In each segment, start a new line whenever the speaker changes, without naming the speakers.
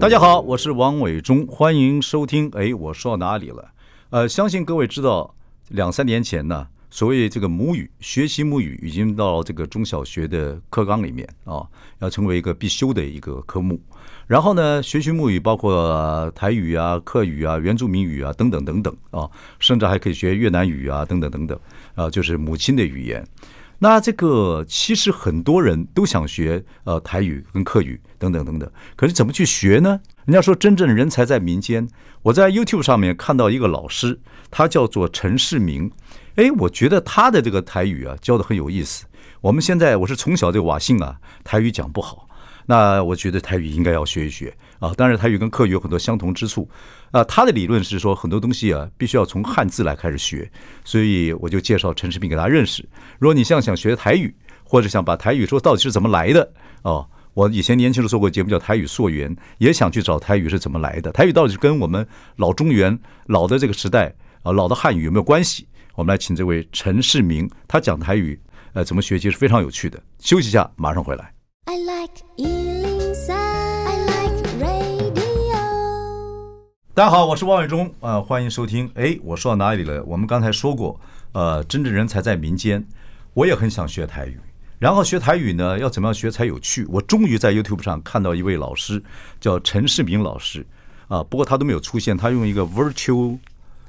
大家好，我是王伟忠，欢迎收听。哎，我说到哪里了？呃，相信各位知道，两三年前呢，所谓这个母语学习母语已经到这个中小学的课纲里面啊，要成为一个必修的一个科目。然后呢，学习母语包括、呃台语啊、客语啊、原住民语啊等等等等啊，甚至还可以学越南语啊等等等等啊，就是母亲的语言。那这个其实很多人都想学呃台语跟客语等等等等，可是怎么去学呢？人家说真正人才在民间。我在 YouTube 上面看到一个老师，他叫做陈世明，哎，我觉得他的这个台语啊教的很有意思。我们现在我是从小这个瓦信啊台语讲不好，那我觉得台语应该要学一学啊。当然，台语跟客语有很多相同之处啊。他的理论是说，很多东西啊，必须要从汉字来开始学，所以我就介绍陈世斌给大家认识。如果你像想学台语，或者想把台语说到底是怎么来的哦。我以前年轻的时候做过节目叫《台语溯源》，也想去找台语是怎么来的，台语到底是跟我们老中原老的这个时代啊，老的汉语有没有关系？我们来请这位陈世明，他讲台语呃怎么学，其实非常有趣的。休息一下，马上回来。
I like Ealing Sound. I like radio.
大家好，我是王伟忠，呃，欢迎收听。哎，我说到哪里了？我们刚才说过，呃，真正人才在民间。我也很想学台语，然后学台语呢，要怎么样学才有趣？我终于在 YouTube 上看到一位老师，叫陈世明老师，啊，不过他都没有出现，他用一个 virtual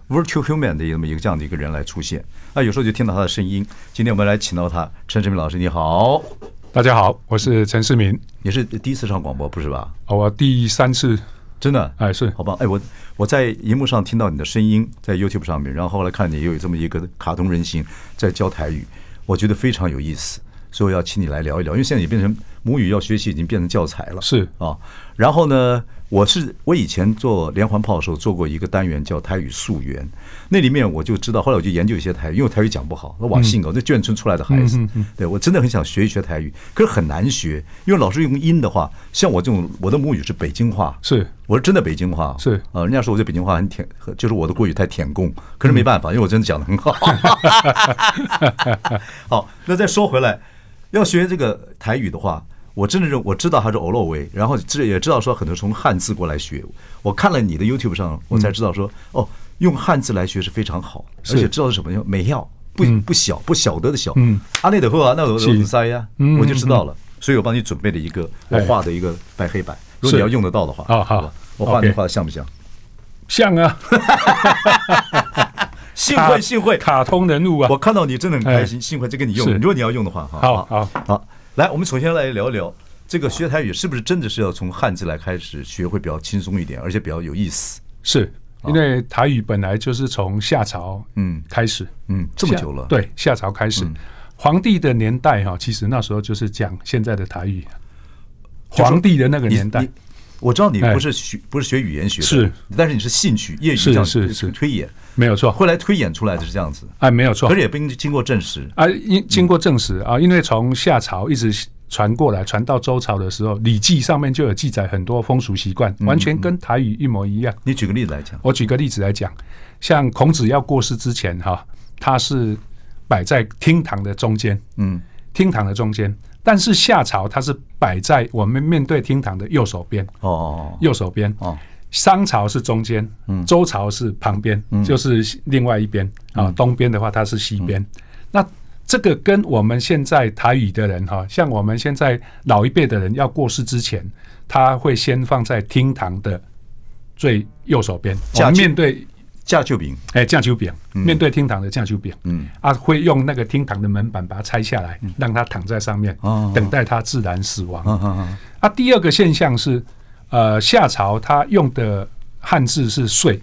virtual human 的这么一个这样的一个人来出现。啊，有时候就听到他的声音。今天我们来请到他，陈世明老师，你好，
大家好，我是陈世民，
你是第一次上广播不是吧？
哦我第三次
真的，
哎是
好吧，哎，我我在荧幕上听到你的声音，在 YouTube 上面，然后后来看你有这么一个卡通人形在教台语，我觉得非常有意思，所以我要请你来聊一聊，因为现在也变成母语要学习，已经变成教材了，
是
啊。然后呢，我是我以前做连环炮的时候做过一个单元叫台语溯源，那里面我就知道，后来我就研究一些台语，因为我台语讲不好，那瓦信狗，那眷村出来的孩子，
嗯
对我真的很想学一学台语，可是很难学，因为老师用音的话，像我这种我的母语是北京话，
是
我是真的北京话，
是
啊、人家说我这北京话很舔，很就是我的国语太舔共，可是没
嗯
办法，因为我真的讲的 很好。好，那再说回来，要学这个台语的话，我真的认我知道它是欧洛维，然后知也知道说很多从汉字过来学。我看了你的 YouTube
嗯
上，我才知道说、哦，用汉字来学是非常好，而且知道是什么叫美药，不、不小不晓得的小，
嗯，
阿内德赫啊，那我
是
我塞呀，
嗯
我就知道了。所以我帮你准备了一个我
哎
画的一个白黑板，如
是
果你要用得到的话，
哦好
吧我画
OK
你画的像不像？
像啊，
幸会幸会，
卡通人物啊
我，看到你真的很开心，幸会就跟你用。
是
如果你要用的话，哈，
好
好好，来，我们首先来聊一聊这个学台语是不是真的是要从汉字来开始学会比较轻松一点，而且比较有意思。
是因为台语本来就是从夏朝
嗯
开始，
嗯，这么
夏
久了，，嗯
对夏朝开始，皇帝的年代哈，其实那时候就是讲现在的台语，
就是
皇帝的那个年代
你，我知道你
哎
不是学不是学语言学的，
是，
但是你是兴趣业余
是
这样
是是
推演，
没有错，
后来推演出来的是这样子，
哎，没有错，
可是也不经过证实。
啊，因经过证实啊，因为从夏朝一直传过来，传到周朝的时候，《礼记》上面就有记载很多风俗习惯，完全跟台语一模一样。
你举个例子来讲，
我举个例子来讲，像孔子要过世之前，哈、他是摆在厅堂的中间，
嗯，
厅堂的中间。但是夏朝它是摆在我们面对厅堂的右手边，
哦哦
右手边
哦，哦，嗯
商朝是中间，周朝是旁边，就是另外一边
嗯
啊。东边的话，它是西边。那这个跟我们现在台语的人哈，像我们现在老一辈的人要过世之前，他会先放在厅堂的最右手边，我
架
们
起
面对
架旧饼，
哎酱酒饼，面对厅堂的酱酒饼，
嗯
啊，会用那个厅堂的门板把它拆下来，让它躺在上面
哦哦，
等待它自然死亡。
啊啊啊，
啊，第二个现象是，呃，夏朝他用的汉字是岁，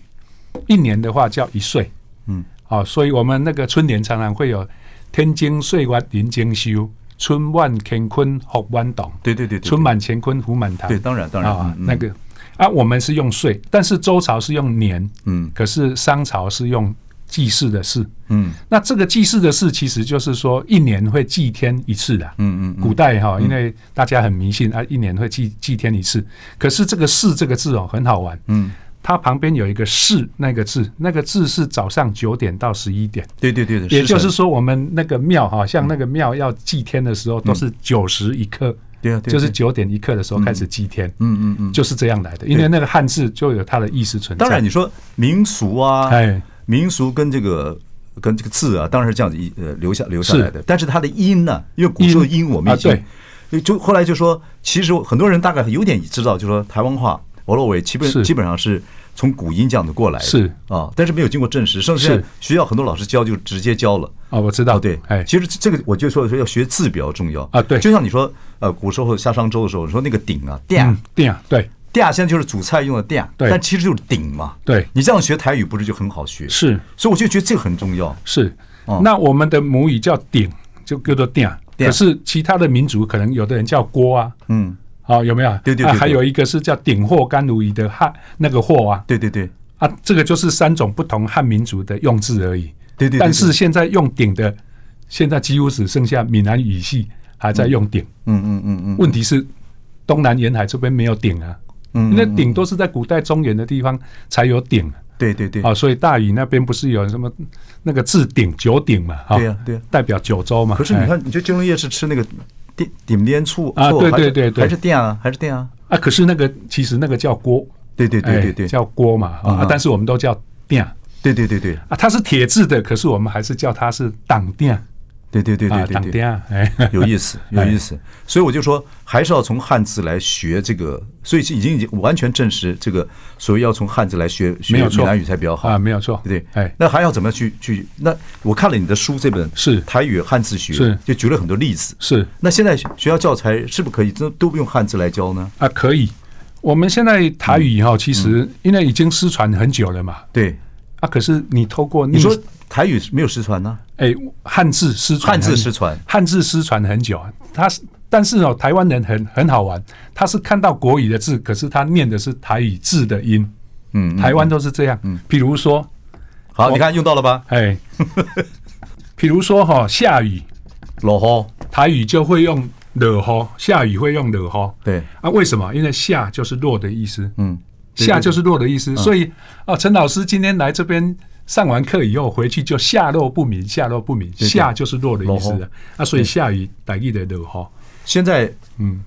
一年的话叫一岁，
嗯，
啊，所以我们那个春联常常会有“天经岁月人间修，春万乾坤福万懂”，
对对对对对
春满乾坤福满堂，
对，当然当然
啊，
嗯嗯
那个。啊，我们是用岁，但是周朝是用年，
嗯
可是商朝是用祭祀的祀。
嗯
那这个祭祀的事，其实就是说一年会祭天一次的。
嗯嗯嗯
古代哈，因为大家很迷信啊，一年会祭祭天一次。可是这个“祀”这个字哦，很好玩。
嗯，
它旁边有一个“是”那个字，那个字是早上九点到十一点，
对对对对，
也就是
神
说，我们那个庙哈，像那个庙要祭天的时候，都是九时一刻，
嗯对啊，对啊
就是
对
九点一刻的时候开始祭天，
嗯嗯嗯，
就是这样来的。因为那个汉字就有它的意思存在。
当然你说民俗啊，
哎，
民俗跟这个跟这个字啊，当然是这样子一呃留下留下来的，但是它的音呢、因为古时候的音我们已经、
啊
就后来就说，其实很多人大概有点知道，就说台湾话俄罗尾基本
是
基本上是从古音这样子过来的，
是
啊，但是没有经过证实，甚至现在
是
学校很多老师教就直接教了。
哦，我知道，
对，
哎，
其实这个我就说说要学字比较重要
啊对
就像你说，呃，古时候下商周的时候，你说那个鼎啊，鼎、
嗯，对啊，对，
鼎现在就是煮菜用的鼎，啊
对
但其实就是鼎嘛。
对
你这样学台语不是就很好学？
是
所以我就觉得这个很重要。
是
哦。
那我们的母语叫鼎，就叫做鼎。啊
鼎啊
可是其他的民族可能有的人叫锅啊，
嗯，
哦，有没有？
对对对
啊
对
还有一个是叫鼎货甘如饴的汉那个货啊，
对对对，
啊，这个就是三种不同汉民族的用字而已。
对对对
但是现在用鼎的，现在几乎只剩下闽南语系还在用鼎。
嗯嗯嗯嗯，
问题是东南沿海这边没有鼎啊，
嗯
那鼎都是在古代中原的地方才有鼎啊。
对对对
啊、，所以大禹那边不是有什么那个置鼎九鼎嘛？哈
对呀对呀啊
代表九州嘛。
可是你
哎
看，你去金融夜市吃那个点点边醋
啊
醋
对
还是
对对对
还是店啊，还是店啊，
啊，可是那个其实那个叫锅，
对对对
哎
对对，
叫锅嘛、啊
嗯嗯
但是我们都叫鼎啊，
对对对对
它是铁制的，可是我们还是叫它是党鼎啊，
对对对对
党
对
鼎
对，
啊， 哎，
有意思有意思。所以我就说，还是要从汉字来学这个，所以已经已经完全证实这个，所以要从汉字来学学
没有错
闽南语才比较好
啊，。没有错，
对不对
哎，，
那还要怎么样去去？那我看了你的书这本
是
台语汉字学，
是
就举了很多例子。
是
那现在学校教材是不是可以都都不用汉字来教呢？
啊，可以。我们现在台语
嗯
哈，其实因为已经失传很久了嘛，
对，
啊，可是你透过你
你说台语没有失传呢？
哎，汉字失传
汉
很，
字失传
汉字失传很久啊。他是，但是哦，台湾人很很好玩，他是看到国语的字，可是他念的是台语字的音。
嗯，嗯
台湾都是这样。比如说，
好，你看用到了吧？
哎，比如说哈、下雨，
老吼，
台语就会用了吼，下雨会用了吼。
对，
啊，为什么？因为下就是落的意思，
嗯，对嗯
下就是落的意思。所以啊，陈老师今天来这边上完课以后回去就下落不明，下落不明，
对
下就是落的意思
落
了。啊，所以下雨台语的落吼，
现在
嗯，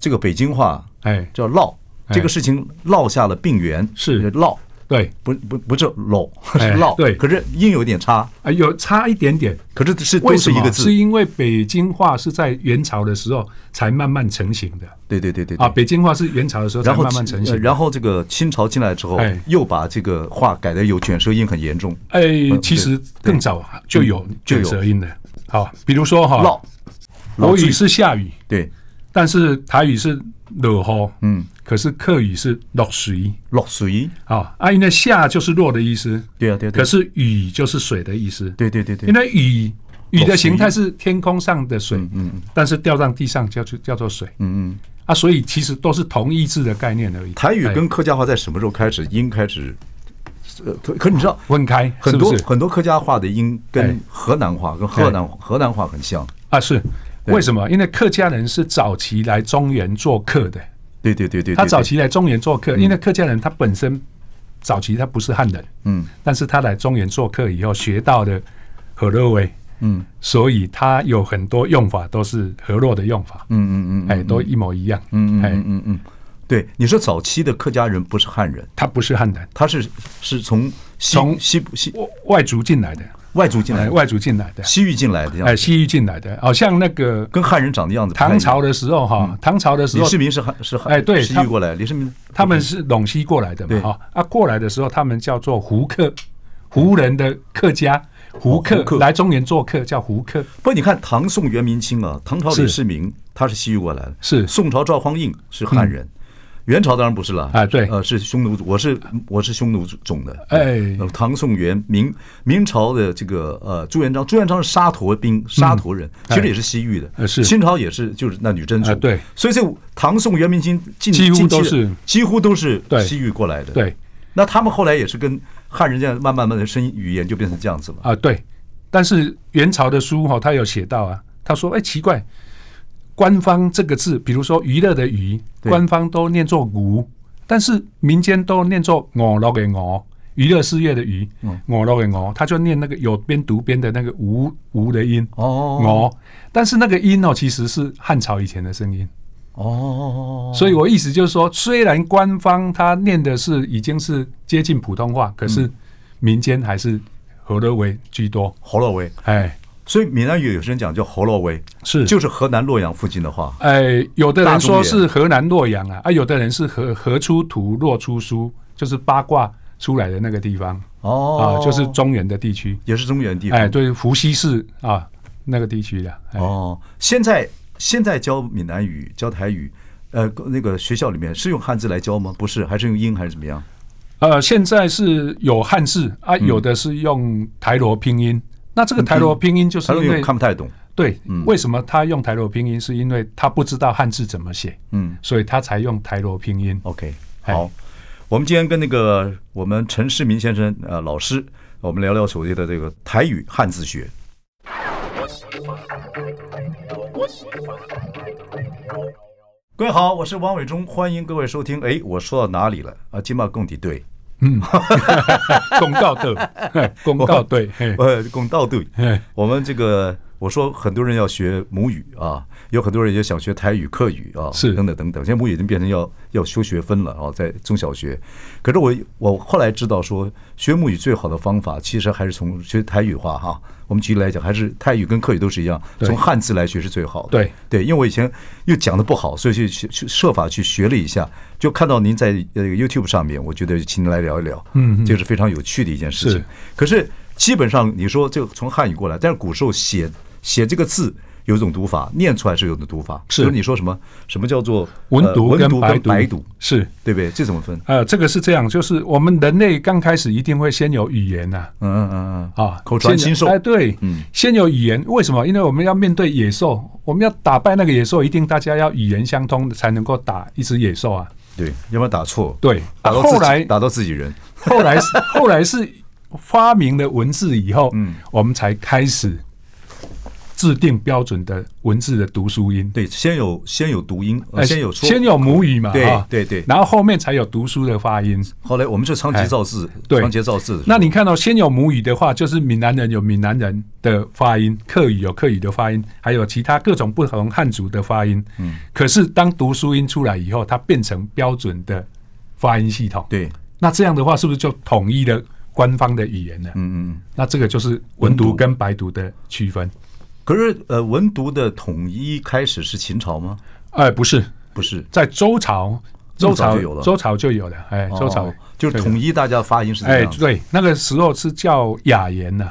这个北京话
哎，
叫落，
哎
这个事情落下了病源，
是
落，
对，
不不不是落， 是
哎
落，
对
可是音有点差，
啊，有差一点点。
可是是都
为
是
什
一个
么？
字
是，因为北京话是在元朝的时候才慢慢成型的
对对对对对
啊，北京话是元朝的时候才
然后
慢慢成型
呃
的。
然后这个清朝进来之后
哎，
又把这个话改的有卷舌音很严重，
哎
呃，
其实更早就有
嗯就有
卷舌音的。好，比如说哈，
落，
国语是下雨，
对，
但是台语是落雨，
嗯，
可是客语是落水
落水，
啊。啊，因为下就是落的意思，
对啊对啊，对啊
可是雨就是水的意思，
对对对对
因，为雨雨
落水嗯
的形态是天空上的水，但是掉到地上叫做叫做水，
嗯嗯。
啊，所以其实都是同义字的概念而已。
台语
哎
跟客家话在什么时候开始音开始？呃，可可你知道
分开
很多
是不是
很多客家话的音
哎
跟河南话跟河南河南话很像。
啊是
对
为什么？因为客家人是早期来中原做客的，
对对对对，对
他早期来中原做客，因为客家人他本身早期他不是汉人，
嗯
但是他来中原做客以后学到的河洛威，
嗯
所以他有很多用法都是河洛的用法，
嗯嗯嗯
哎，都一模一样，
嗯嗯
哎
嗯，嗯嗯，对，你说早期的客家人不是汉人，
他不是汉人，
他是是从西
从
西西
外外族进来的，
外族进来
哎，
的，
外族进来的，
嗯西域进来的这
哎，
样，
西域进来的，好像那个
跟汉人长的样子不太一
唐
样。
朝的时候哈，唐朝的
嗯
时
李
候
世民是汉是汉，
哎对
西
他
域过来，李世民
他们是陇西过来的
对
嘛，哈啊，过来的时候他们叫做胡客，胡人的客家，胡
哦胡
客
客
来中原做客叫胡客，
不，你看唐宋元明清啊，唐朝李
是
世民他是西域过来的，
是
宋朝赵匡胤是汉人，元朝当然不是了
啊对
呃，是匈奴，我是我是匈奴种的，
哎
呃唐宋元明明朝的这个呃朱元璋，朱元璋是沙陀兵，沙陀人，
哎
其实也是西域的，
呃是
清朝也是就是那女真族，
啊对，
所以这唐宋元明清近
几乎
近期
都
的
是
几乎都是
对
西域过来的，
对，
那他们后来也是跟汉人这样慢慢慢的生语言就变成这样子了，
啊，对。但是元朝的书哈、他有写到啊，他说：“哎、奇怪，官方这个字，比如说娱乐的娱，
对
官方都念作吴，但是民间都念作我那给我，娱乐事业的娱，
嗯
我那给我，他就念那个有边读边的那个吴吴的音
哦
我，但是那个音哦，其实是汉朝以前的声音。”
哦，
所以我意思就是说，虽然官方他念的是已经是接近普通话，可是民间还是河洛为居多。
侯洛维，
哎，
所以闽南语有些人讲叫侯洛维，
是
就是河南洛阳附近的话，
哎，有的人说
大中
是河南洛阳啊，啊，有的人是河河出图，洛出书，就是八卦出来的那个地方
哦
啊，就是中原的地区。
也是中原地方，
哎，对，伏羲氏啊，那个地区的。哎
哦，现在现在教闽南语、教台语，呃，那个学校里面是用汉字来教吗？不是，还是用音还是怎么样？
呃，现在是有汉字啊，
嗯
有的是用台罗拼音。那这个台罗拼音就是
嗯台湾
因为
语看嗯不太懂。
对，为什么他用台罗拼音？是因为他不知道汉字怎么写，
嗯哦
所以他才用台罗拼音。
，OK，
哎
好，我们今天跟那个我们陈世民先生呃老师，我们聊聊所谓的这个台语汉字学。各位好，我是王伟忠，欢迎各位收听。哎，我说到哪里了？啊，金马共敌对，
公告 的，嘿公告对，嘿
呃，共道对。
嘿
我们这个，我说很多人要学母语啊，有很多人也想学台语、客语啊，
是
等等等等。现在母语已经变成要要修学分了啊，在中小学。可是我我后来知道说，学母语最好的方法其实还是从学台语话哈。我们举例来讲，还是泰语跟客语都是一样，
对
从汉字来学是最好的。
对
对，因为我以前又讲的不好，所以去去去设法去学了一下，就看到您在呃 YouTube 上面，我觉得请您来聊一聊，嗯，这个是非常有趣的一件事情
是。
可是基本上你说这个从汉语过来，但是古时候写写这个字有一种读法，念出来是有一种读法，
是
比如你说什么什么叫做
文
呃
读
文
跟
读
白
跟白
读
读，
是。
对不对？这怎么分？
呃，这个是这样，就是我们人类刚开始一定会先有语言啊呐、
嗯嗯嗯嗯
啊，
口传心
先有
授，
哎，对，
嗯
先有语言，为什么？因为我们要面对野兽，我们要打败那个野兽，一定大家要语言相通的才能够打一只野兽啊。
对，要不然打错，
对，
打
啊
到自
后
己
来
打到自己人，
后来是 后来是发明了文字以后，嗯，我们才开始制定标准的文字的读书音。
对，先有先有读音，呃
哎
先有说，
先有母语嘛，
对
啊
对对
然后后面才有读书的发音。
后来我们是仓颉造字，
哎对
仓颉造字的时候。
那你看到、先有母语的话，就是闽南人有闽南人的发音，客语有客语的发音，还有其他各种不同汉族的发音。嗯，可是当读书音出来以后，它变成标准的发音系统。，
对，
那这样的话，是不是就统一了官方的语言了？嗯，
嗯嗯。
那这个就是文读跟白读的区分。
可是呃，文读的统一开始是秦朝吗？
哎，不是，
不是，
在周朝，
那么早
周朝
就有了
周朝就有了。哎，周朝、
哦就是统一大家发音是
对。
这
哎，
样子。
对，那个时候是叫雅言呢、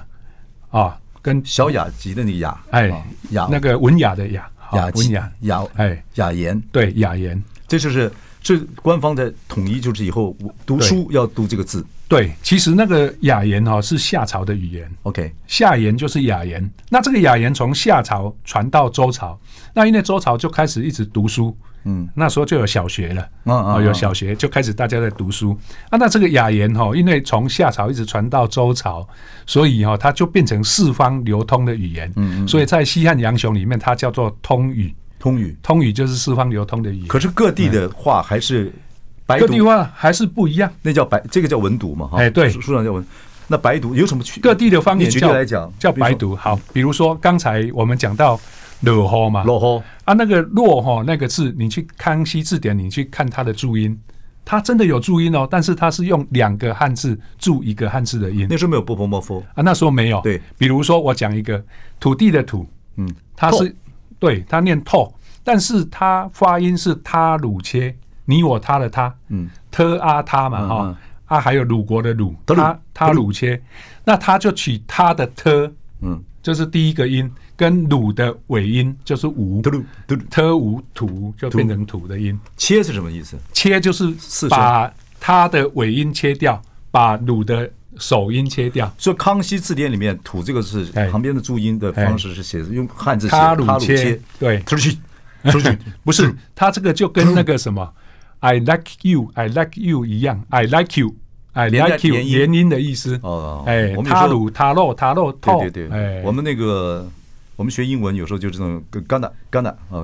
啊，跟
小雅集的那个雅，
哎
啊雅
那个文雅的雅，好
雅集
文雅，
雅
哎，
雅言，
对雅言，
这就是这官方的统一，就是以后我读
对
书要读这个字。
对，其实那个雅言哈、是夏朝的语言，
OK，
夏言就是雅言。那这个雅言从夏朝传到周朝，那因为周朝就开始一直读书，
嗯，
那时候就有小学了，
嗯嗯
哦
嗯
有小学就开始大家在读书啊。那这个雅言哈、因为从夏朝一直传到周朝，所以哈、它就变成四方流通的语言，嗯所以在西汉杨雄里面，它叫做通语。
通语。
通语就是四方流通的语言，
可是各地的话还是白
哎各地
读，
方还是不一样。
那叫白，这个叫文读嘛，哈。
哎对
书书上叫文。那白读有什么区？
各地的方言
你举例
叫
来讲，
叫白读。好，比如说刚才我们讲到落吼嘛，
落后
啊那个落吼那个字，你去康熙字典，你去看它的注音，它真的有注音哦，但是它是用两个汉字注一个汉字的音
那时候没有波蓬波夫，
啊，那时候没有。
对，
比如说我讲一个土地的土，
嗯，
它是对它念透，但是它发音是他鲁切，你我他的他，
嗯，
特阿他嘛
嗯
哈啊
嗯，
啊还有鲁国的鲁，
德鲁
他他鲁切，那他就取他的特，
嗯，
就是第一个音，跟鲁的尾音就是吴
嘟，噜嘟噜，
特吴土就变成土的音。
切是什么意思？
切就是
四声
把它的尾音切掉，把鲁的首音切掉。
所以《康熙字典》里面“土”这个是
哎
旁边的注音的方式是写的，用汉字写
他
的。
鲁
哈鲁
切
切，
对
出 去，出去，
不是，它这个就跟那个什么
嗯
“I like you, I like you” 一样，“I like you, I
连带
like you”
连音
连音的意思。
哦
哎
我，们有
他
时候
鲁他洛他洛透，
对对对
哎，，
我们那个我们学英文有时候就这种 Ghana Ghana 啊，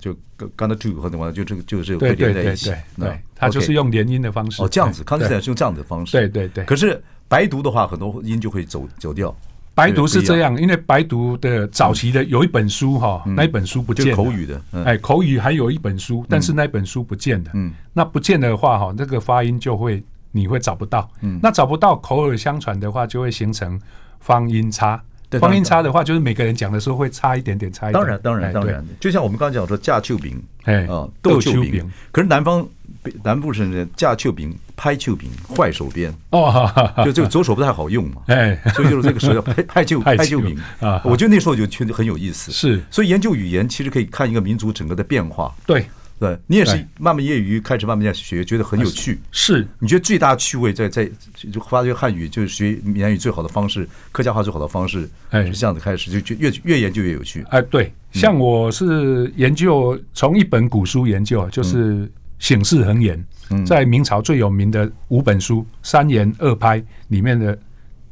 就就 Ghana to 和什么就这个就是会
嗯对对
连
对
在一
哎对
起
对。
那
对，它就是
OK
用连音的方式。
哦这样子，
哎
康熙字典
对
是用这样的方式。
对对对
可是白读的话，很多音就会走走掉，
白读是
不一样嗯
这样，因为白读的早期的有一本书哈，那一本书不
就
见了
口语的。嗯
哎，口语还有一本书，但是那本书不见了。
嗯，
那不见的话，哈，那个发音就会你会找不到。嗯，那找不到，口耳相传的话，就会形成方音差
对。
方音差的话，就是每个人讲的时候会差一点点，差一点。
当然，当然，
哎
当。然，就像我们刚才讲说架秋饼，
哎
啊，
斗
秋
秋
饼
饼，
可是南方北南部是架秋饼、拍秋饼、坏手边，
对哦，哈哈哈
就这个左手不太好用嘛，
嗯哎，
所以就是这个舌叫 拍拍秋
拍
拍秋
秋
饼
啊
我觉得那时候就觉得很有意思，
是
所以研究语言其实可以看一个民族整个的变化，
对，
对你也是
对
慢慢业余开始慢慢在学，觉得很有趣。
是
你觉得最大趣味在在就发掘汉语，就是学闽南语最好的方式，客家话最好的方式，
哎
是这样子开始，就就越越研究越有趣。
哎，对，
嗯
像我是研究从一本古书研究，啊就是
嗯
《醒世恒言》，在明朝最有名的五本书《三言二拍》里面的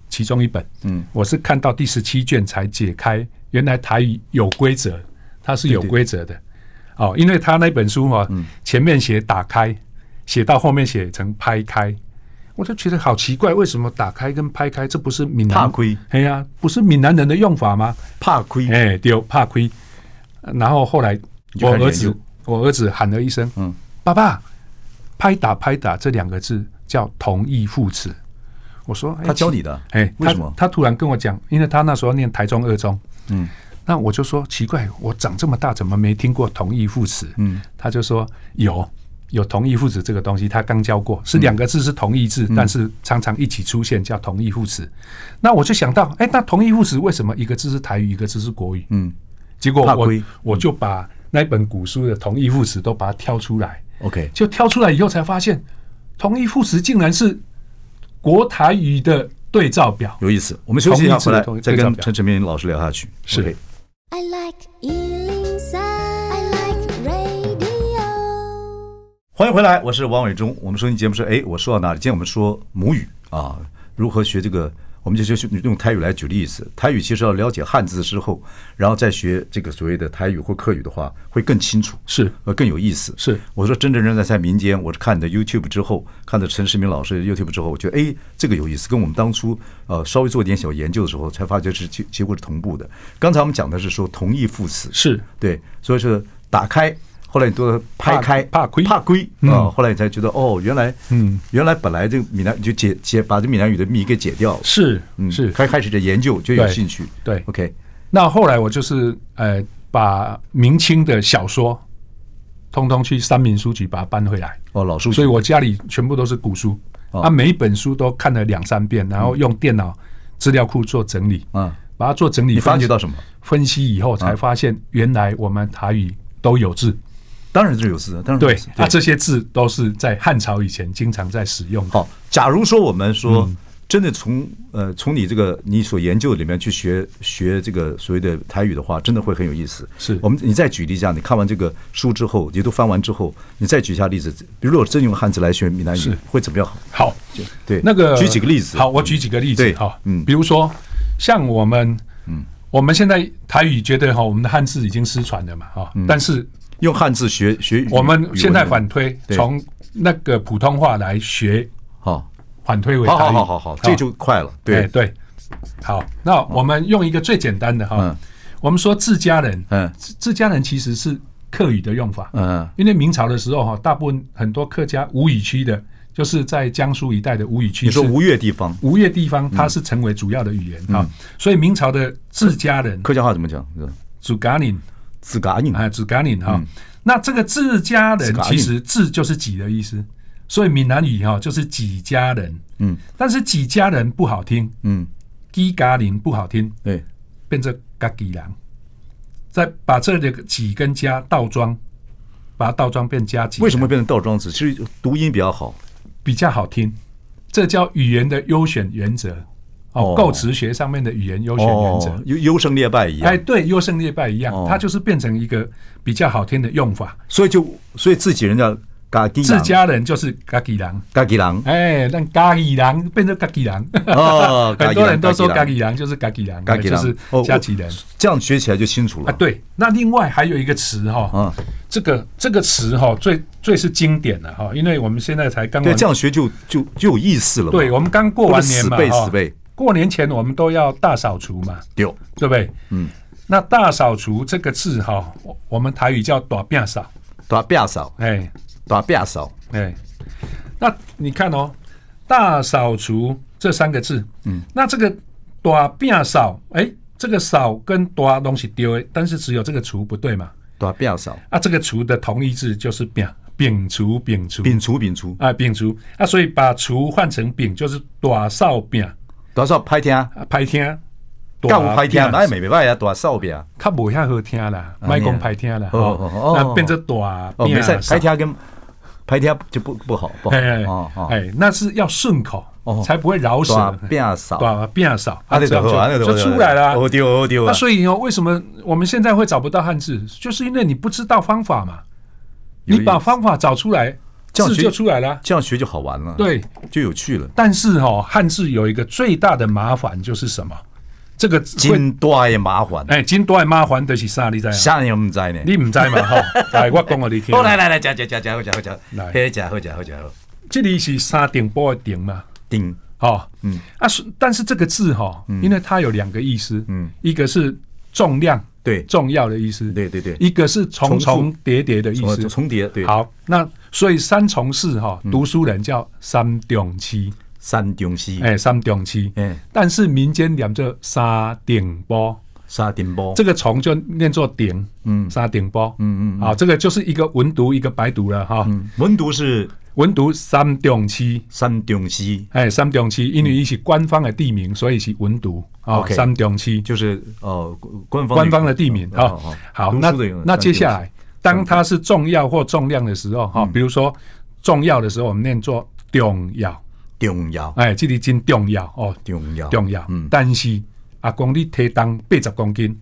其中一本。
嗯，
我是看到第十七卷才解开，原来台语有规则，它是有
对对嗯
规则的。哦，因为他那本书哈、前面写打开，写到后面写成拍开。我就觉得好奇怪，为什么打开跟拍开，这不是闽南
怕亏？
哎呀、不是闽南人的用法吗？
怕亏，
哎，丢怕亏。然后后来
你就
我
开始
儿
研
子
究，
我儿子喊了一声：“
嗯
爸爸，拍打拍打这两个字叫同义副词。”我说：“哎
他教你的
哎，
为
他
什么
他突然跟我讲，因为他那时候念台中二中，
嗯，
那我就说奇怪，哎我长这么大怎么没听过同义副词？
嗯，
他就说有。有同义副词这个东西，他刚教过，
嗯
是两个字是同义字，但是常常一起出现叫同义副词。那我就想到，哎、那同义副词为什么一个字是台语，一个字是国语？
嗯
结果
怕
我
亏
我就把那本古书的同义副词都把它挑出来，
，OK，
就挑出来以后才发现，同义副词竟然是国台语的对照表。
有意思。我们休息一下，
同意
回来
同意
再
对照
跟
表
陈晨明老师聊下去。
是
OK
I like Ealing Sound. I like radio.
欢迎回来，我是王伟忠。我们收听节目是，哎，我说到哪里？今天我们说母语啊，如何学这个？我们就就用台语来举例子。台语其实要了解汉字之后，然后再学这个所谓的台语或客语的话，会更清楚，
是
呃更有意思。
是
我说真正人在在民间，我是看你的 YouTube 之后，看的陈世明老师的 YouTube 之后，我觉得哎这个有意思，跟我们当初呃稍微做一点小研究的时候，才发觉是结结果是同步的。刚才我们讲的是说同义副词
是
对，所以是打开。后来你都拍
怕
开，
怕亏
怕亏
嗯
啊！后来你才觉得，哦，原来，嗯，原来本来这个闽南就解解把这闽南语的谜给解掉了，
是
嗯，
是。
开开始的研究就有
对
兴趣，
对
，OK，
那后来我就是呃，把明清的小说，通通去三民书局把它搬回来。
哦，老书
所
记
以，我家里全部都是古书，
哦
啊，每一本书都看了两三遍，然后用电脑资料库做整理，
嗯
把它做整理。
你发
分
觉
析
到什么？嗯
分析以后才发现，原来我们台语都有字，
当然是有字，当然
对
有字，
啊，这些字都是在汉朝以前经常在使用的。
好，假如说我们说
嗯
真的从呃从你这个你所研究里面去学学这个所谓的台语的话，真的会很有意思。
是
我们你再举例一下，你看完这个书之后，你都翻完之后，你再举一下例子，比如果真用汉字来学闽南语
是，
会怎么样好？
好，
对，
那个
举几个例子。
好，我举几个例子
对
哈，
嗯
比如说像我们，嗯，我们现在台语觉得哈，我们的汉字已经失传了嘛哈，但是
用汉字学学嗯语。
我们现在反
语文
推，
对
从那个普通话来学
好，
反推为台
好
语，
好好好好，这就快了。
哎
对，
对，好，那我们用一个最简单的哈，
嗯
我们说自家人，
嗯
自自家人其实是客语的用法，
嗯
因为明朝的时候哈，大部分很多客家吴语区的，就是在江苏一带的吴语区，
你说
是
吴越地方
吴越地方，它是成为主要的语言啊、
嗯
所以明朝的自家人
客家话怎么讲？
主嘎岭
自嘎印
啊，主嘎岭哈，
嗯
那这个自家人
自家人
其实自就是己的意思，所以闽南语哈就是己家人，
嗯
但是己家人不好听，
嗯，
鸡嘎岭不好听，
对，
变成嘎吉郎，再把这里的几跟加倒装，把它倒装变加几，
为什么变成倒装字？其实读音比较好。
比较好听？这叫语言的优选原则
哦
哦，构词学上面的语言优选原则。
哦，优优胜劣败一
哎，
样，
对，优胜劣败一样，
哦
它就是变成一个比较好听的用法。
所以就所以自己人叫嘎吉
自
郎，
家人就是嘎吉郎，
嘎吉郎
哎，让嘎吉郎变成嘎吉郎。
哦，
很多人都说
嘎
嘎
吉郎
吉郎就是嘎吉郎，
嘎吉郎
就是
哦
加吉人
这样学起来就清楚了
啊。对，那另外还有一个词哈
啊，
这个这个词哈最最是经典的哈，因为我们现在才刚
对，
完
这样学就就就有意思了嘛。
对，我们刚过完年嘛
或者死背
哈
死背，
过年前我们都要大扫除嘛，
丢
对不对？
嗯，
那大扫除这个字哈，我我们台语叫“打变扫
打变扫”，，
哎
打变扫，
哎，那你看哦，“大扫除”这三个字，嗯，那这个“打变扫”，哎，这个“扫”跟“打”东西丢，但是只有这个“除”不对嘛？
打变扫，
啊，这个“除”的同义字就是“摒”，摒除，摒除，
摒除摒除，
啊，摒除啊，所以把“除”换成“摒”，就是“打扫摒”。
多少拍天啊，
啊，歹听，
干有拍天啊，
大
哎，，没没歹啊，打扫边啊，
较无遐好听啦，莫讲歹听啦，
哦哦哦
吼那变成大
哦，没
饼啊
事，
扫
拍天跟拍天就不不好不好
哎
哦
哎
哦，
哎，那是要顺口
哦，
才不会饶舌
打。变扫，
大变少，
啊，对
这
对
样
对，啊那
就就出来了
哦
啊。
丢哦丢
那
啊，
所以哦，为什么我们现在会找不到汉字，就是因为你不知道方法嘛。
有
你
意
把
思
方法找出来，
这样嗯
字
学
就出来了。
这样学就好玩了，
对，
就有趣了。
但是哦，汉字有一个最大的麻烦就是什么？这个会
真大的麻烦，
哎，金多爱麻烦的是啥？你知道吗？
啥人也唔知呢。
你唔知嘛 吼？来，我讲互你听啊
好。来来来，吃吃吃吃，好吃好吃，
来哎
嘿，吃好吃好吃好。
这里是沙顶波的顶嘛，
顶
哦，嗯啊，是但是这个字哈、因为它有两个意思，
嗯
嗯，一个是重量，
对
重要的意思，
对对对
一个是
重
重重叠叠的意
重
思。
重叠，嗯对，
好，那所以三重寺哈、读书人叫三重七，
山中西，
哎、三重七，哎、
哎，
但是民间念作沙顶波。
沙丁包，
这个虫就念作顶，
嗯
嗯，沙顶波，
嗯
嗯嗯，啊，这个就是一个文读一个白读了哈，
嗯文读是
文读三重七，
山中西，
哎，三重区，因为伊是官方的地名，所以是文读啊。
OK
三重区
就是呃官方
官方的地名啊。
哦哦
好，
读
那
书的用的
那
山中
接
西
下来，当它是重要或重量的时候，
嗯
哈，比如说重要的时候，我们念作重要，
重要
哎，这里真重要哦，
重要
重要
嗯。
但是阿公你提重八十公斤，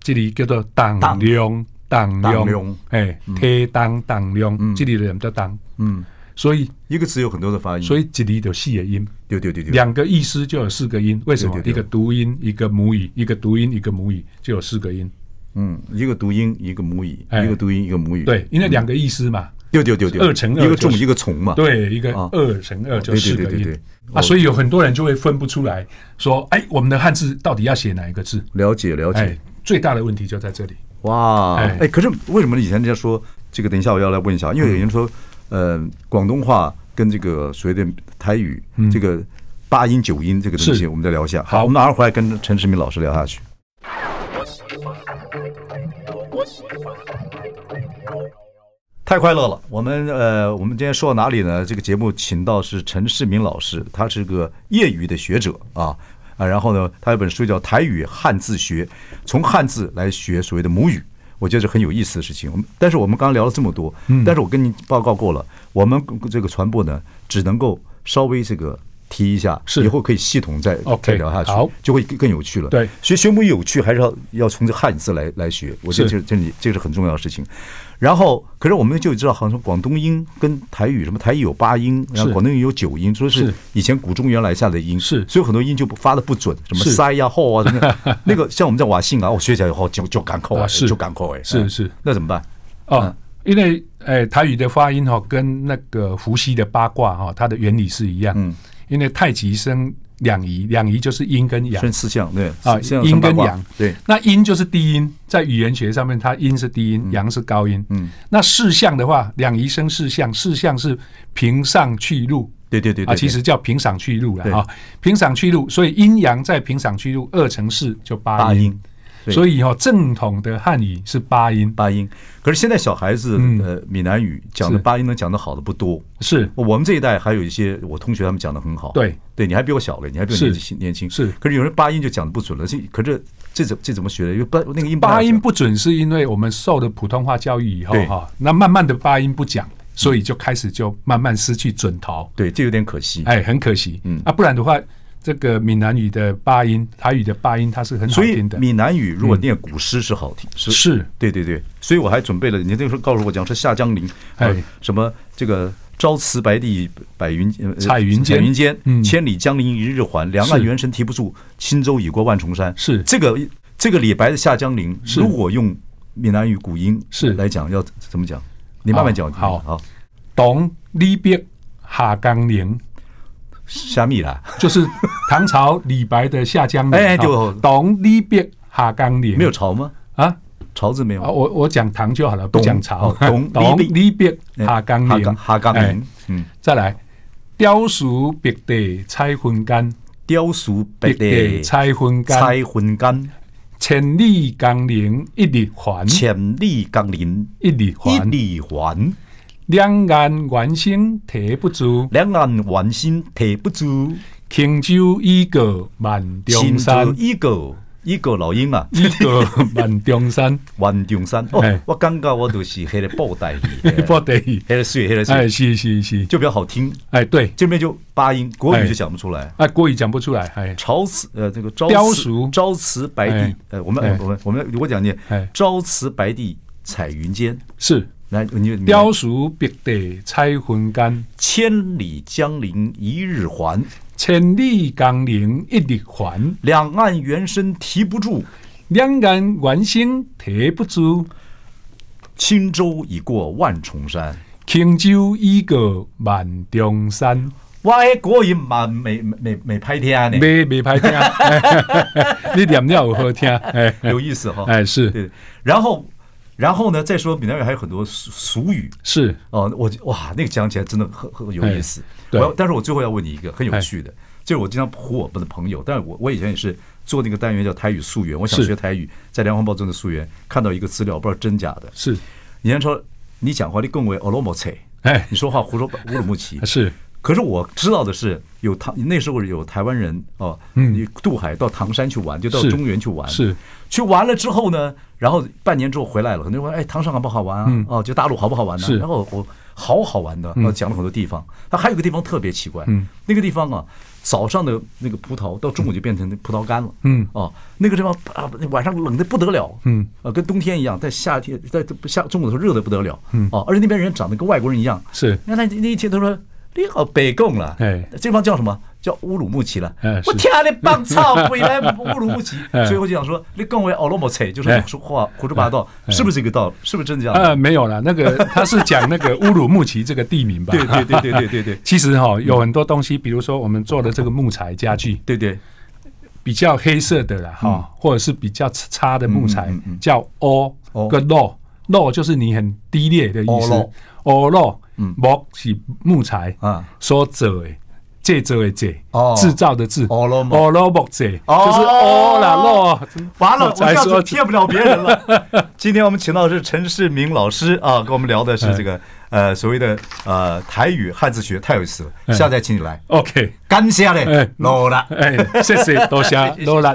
这里叫做重量，重
重
量
量，
哎，提重重量，这里的人叫重，
嗯，
所以
一个词有很多的发音，
所
以
以这里有四个音。
对对对对，
两个意思就有四个音，为什么
对？对对
一个读音，一个母语，一个读音，一个母语就有四个音。
嗯，一个读音一个母语，
哎
一个读音一个母语，
对，因为两个意思嘛，
对对对对，
二乘二
一个
就
重
是
一个从嗯嘛，
对，一个
啊
二乘二就四
对
个
对对对哦
音
对
啊，所以有很多人就会分不出来，说，哎，我们的汉字到底要写哪一个字？
了解了解
哎。，最大的问题就在这里。
哇，哎
哎、
可是为什么以前人家说这个？等一下我要来问一下，因为有人说，呃，广东话跟这个所谓的台语，这个八音九音这个东西，
是
我们再聊一下。
好
我们马上回来跟陈世明老师聊下去。太快乐了！我们呃，我们今天说到哪里呢？这个节目请到是陈世明老师，他是个业余的学者啊啊，然后呢，他有本书叫《台语汉字学》，从汉字来学所谓的母语，我觉得是很有意思的事情。我们但是我们刚刚聊了这么多，
嗯
但是我跟你报告过了，我们这个传播呢，只能够稍微这个提一下，
是
以后可以系统再
OK，
再聊下去，
好
就会更更有趣了。
对
学学母语有趣，还是要要从这汉字来来学。我觉得这
是
这里这是很重要的事情。然后，可是我们就知道，好像广东音跟台语什么台语有八音，然后
是
广东音有九音，说是
是
以前古中原来下的音，
是
所以很多音就不发的不准，什么
是
塞呀、后啊什么 的。那个像我们在瓦信啊，我学起来以后就就赶口啊，
啊是
就赶口哎，
是
嗯
是，
那怎么办？嗯
哦，因为哎，台语的发音哈、跟那个伏羲的八卦哈、它的原理是一样。
嗯
因为太极生两仪，两仪就是阴跟阳。
分四象对
啊
四象，
阴
三八
跟
卦
阳。
对，
那阴就是低音，在语言学上面，它阴是低音，阳是高音。
嗯，
那四象的话，两仪生四象，四象是平上去入。
对对对对
啊，其实叫平上去入了
对
啊，平上去入，所以阴阳在平上去入二乘四就八
八
音。
音对
所以哈、正统的汉语是八音，
八音。可是现在小孩子，
嗯
呃，闽南语讲的
是
八音能讲得好的不多。
是
我们这一代还有一些我同学他们讲的很好，
对，
对你还比我小嘞，你还比我
是
年轻年轻
是
可是有人八音就讲的不准了，这可是这怎这怎么学的？因为八那个音
八音
不
不准，是因为我们受了普通话教育以后
对
哈，那慢慢的八音不讲，所以就开始就慢慢失去准头，
对，这有点可惜。
哎，很可惜。
嗯
啊，不然的话，这个闽南语的八音，台语的八音，它是很好
所以
听嗯的。
闽南语如果念古诗是好听，是
是
对对对，所以我还准备了，你那个时候告诉我讲说夏江陵，呃
哎
什么这个朝辞白帝百云呃
彩云间
彩云间，
嗯
千里江陵一日还，两岸
是
猿声啼不住，轻舟已过万重山。
是
这个这个李白的夏江陵，
是
如果用闽南语古音
是
来讲，要怎么讲？你慢慢讲，
哦
我听
好
好，
董李白下江陵，
虾米啦，
就是唐朝李白的下江陵。
哎
哈
就
董李白下江陵，
没有潮吗？
啊？
潮字没有
啊，我我讲唐就好了，不
董
讲朝
哦。董
董
李
李白下江陵，
哎哈江
哎
陵，嗯，
再来，雕塑白地彩云间，
雕塑白
白
帝
地彩云间，
猜魂干，
嗯千里江陵一日还，
千里江陵。
一日还
一，里还，
两岸猿声啼不住，
两岸猿声啼不住，
轻舟已过万
心
重
中
山，
一个一个老鹰啊，
已过万重 山，
万中山。哦
哎，
我感觉我就是迄个布 袋戏，
不得。
迄个水，迄个
哎，
水，
是是是，
就比较好听。
哎对，
这边就八音，国语
哎
就讲不出来。
啊，国语讲不出来，哎，
朝辞呃，这个朝
雕
辞
塑
朝辞白帝
哎，
呃，我们
哎
我们我们我讲你
哎
朝辞白帝彩云间，
是
来你就明白
雕塑白地彩云间，
千里江陵一日还，
千里江陵一日还。
两岸猿声啼不住，
两岸猿声啼不住，
轻舟已过万重山。
轻舟已过万重山。
我迄国语嘛未未未歹听呢，
没没歹听， 哎你念了有好听，哎
有意思哈。
哎是
对，然后然后呢，再说闽南语还有很多俗俗语
是，
哦，我哇那个讲起来真的很很有意思
哎。
我
对
要，但是我最后要问你一个很有趣的，就是我经常唬我们的朋友，但是我我以前也是做那个单元叫台语溯源，我想
是
学台语，在梁皇报中的溯源看到一个资料，不知道真假的，
是
人家说你讲话你更为俄罗莫切，
哎
你说话胡说八乌鲁木齐
是
可是我知道的是，有唐那时候有台湾人哦，
嗯，
渡海到唐山去玩，就到
是
中原去玩，
是
去玩了之后呢，然后半年之后回来了，很多人问，哎，唐山好不好玩啊？
嗯
哦，就大陆好不好玩呢、
是
然后我好好玩的，呃，讲了很多地方。那还有个地方特别奇怪，
嗯
那个地方啊，早上的那个葡萄到中午就变成那葡萄干了，
嗯
哦，那个地方啊，晚上冷的不得了，
嗯，
呃，跟冬天一样，在夏天在夏中午的时候热的不得了，嗯，哦，而且那边人长得跟外国人一样，
是
那那那一天他说你好北贡了，
哎
这方叫什么？叫乌鲁木齐了
哎。是
我天啊，你棒操鬼来乌鲁木齐！
哎
所以我就想说，你更为奥罗莫切，就是
哎
说话胡说八道，是不是这个道理？是不是真的这
呃
样？
没有啦，那个他是讲那个乌鲁木齐这个地名吧？
对对对对对对对
其实哈有很多东西，比如说我们做的这个木材家具，
对对，
比较黑色的啦，哈、或者是比较差的木材，
嗯嗯嗯嗯
叫 o
哦
跟 low low 就是你很低劣的意思。
哦
o low
嗯
木是木材
啊，
所做的。制作的制
哦，
制造的制，
哦，low 木
哦，low 木制，就是
哦
o 啦，low，
完了，
我
我这样
才说
就骗不了别人 了。今天我们请到的是陈世明老师啊，跟我们聊的是这个呃所谓的呃台语汉字学，太有意思了。
哎
下次再请你来，
，OK，
感谢嘞
哎，
老了。
哎，谢谢，多谢，
谢谢
多啦。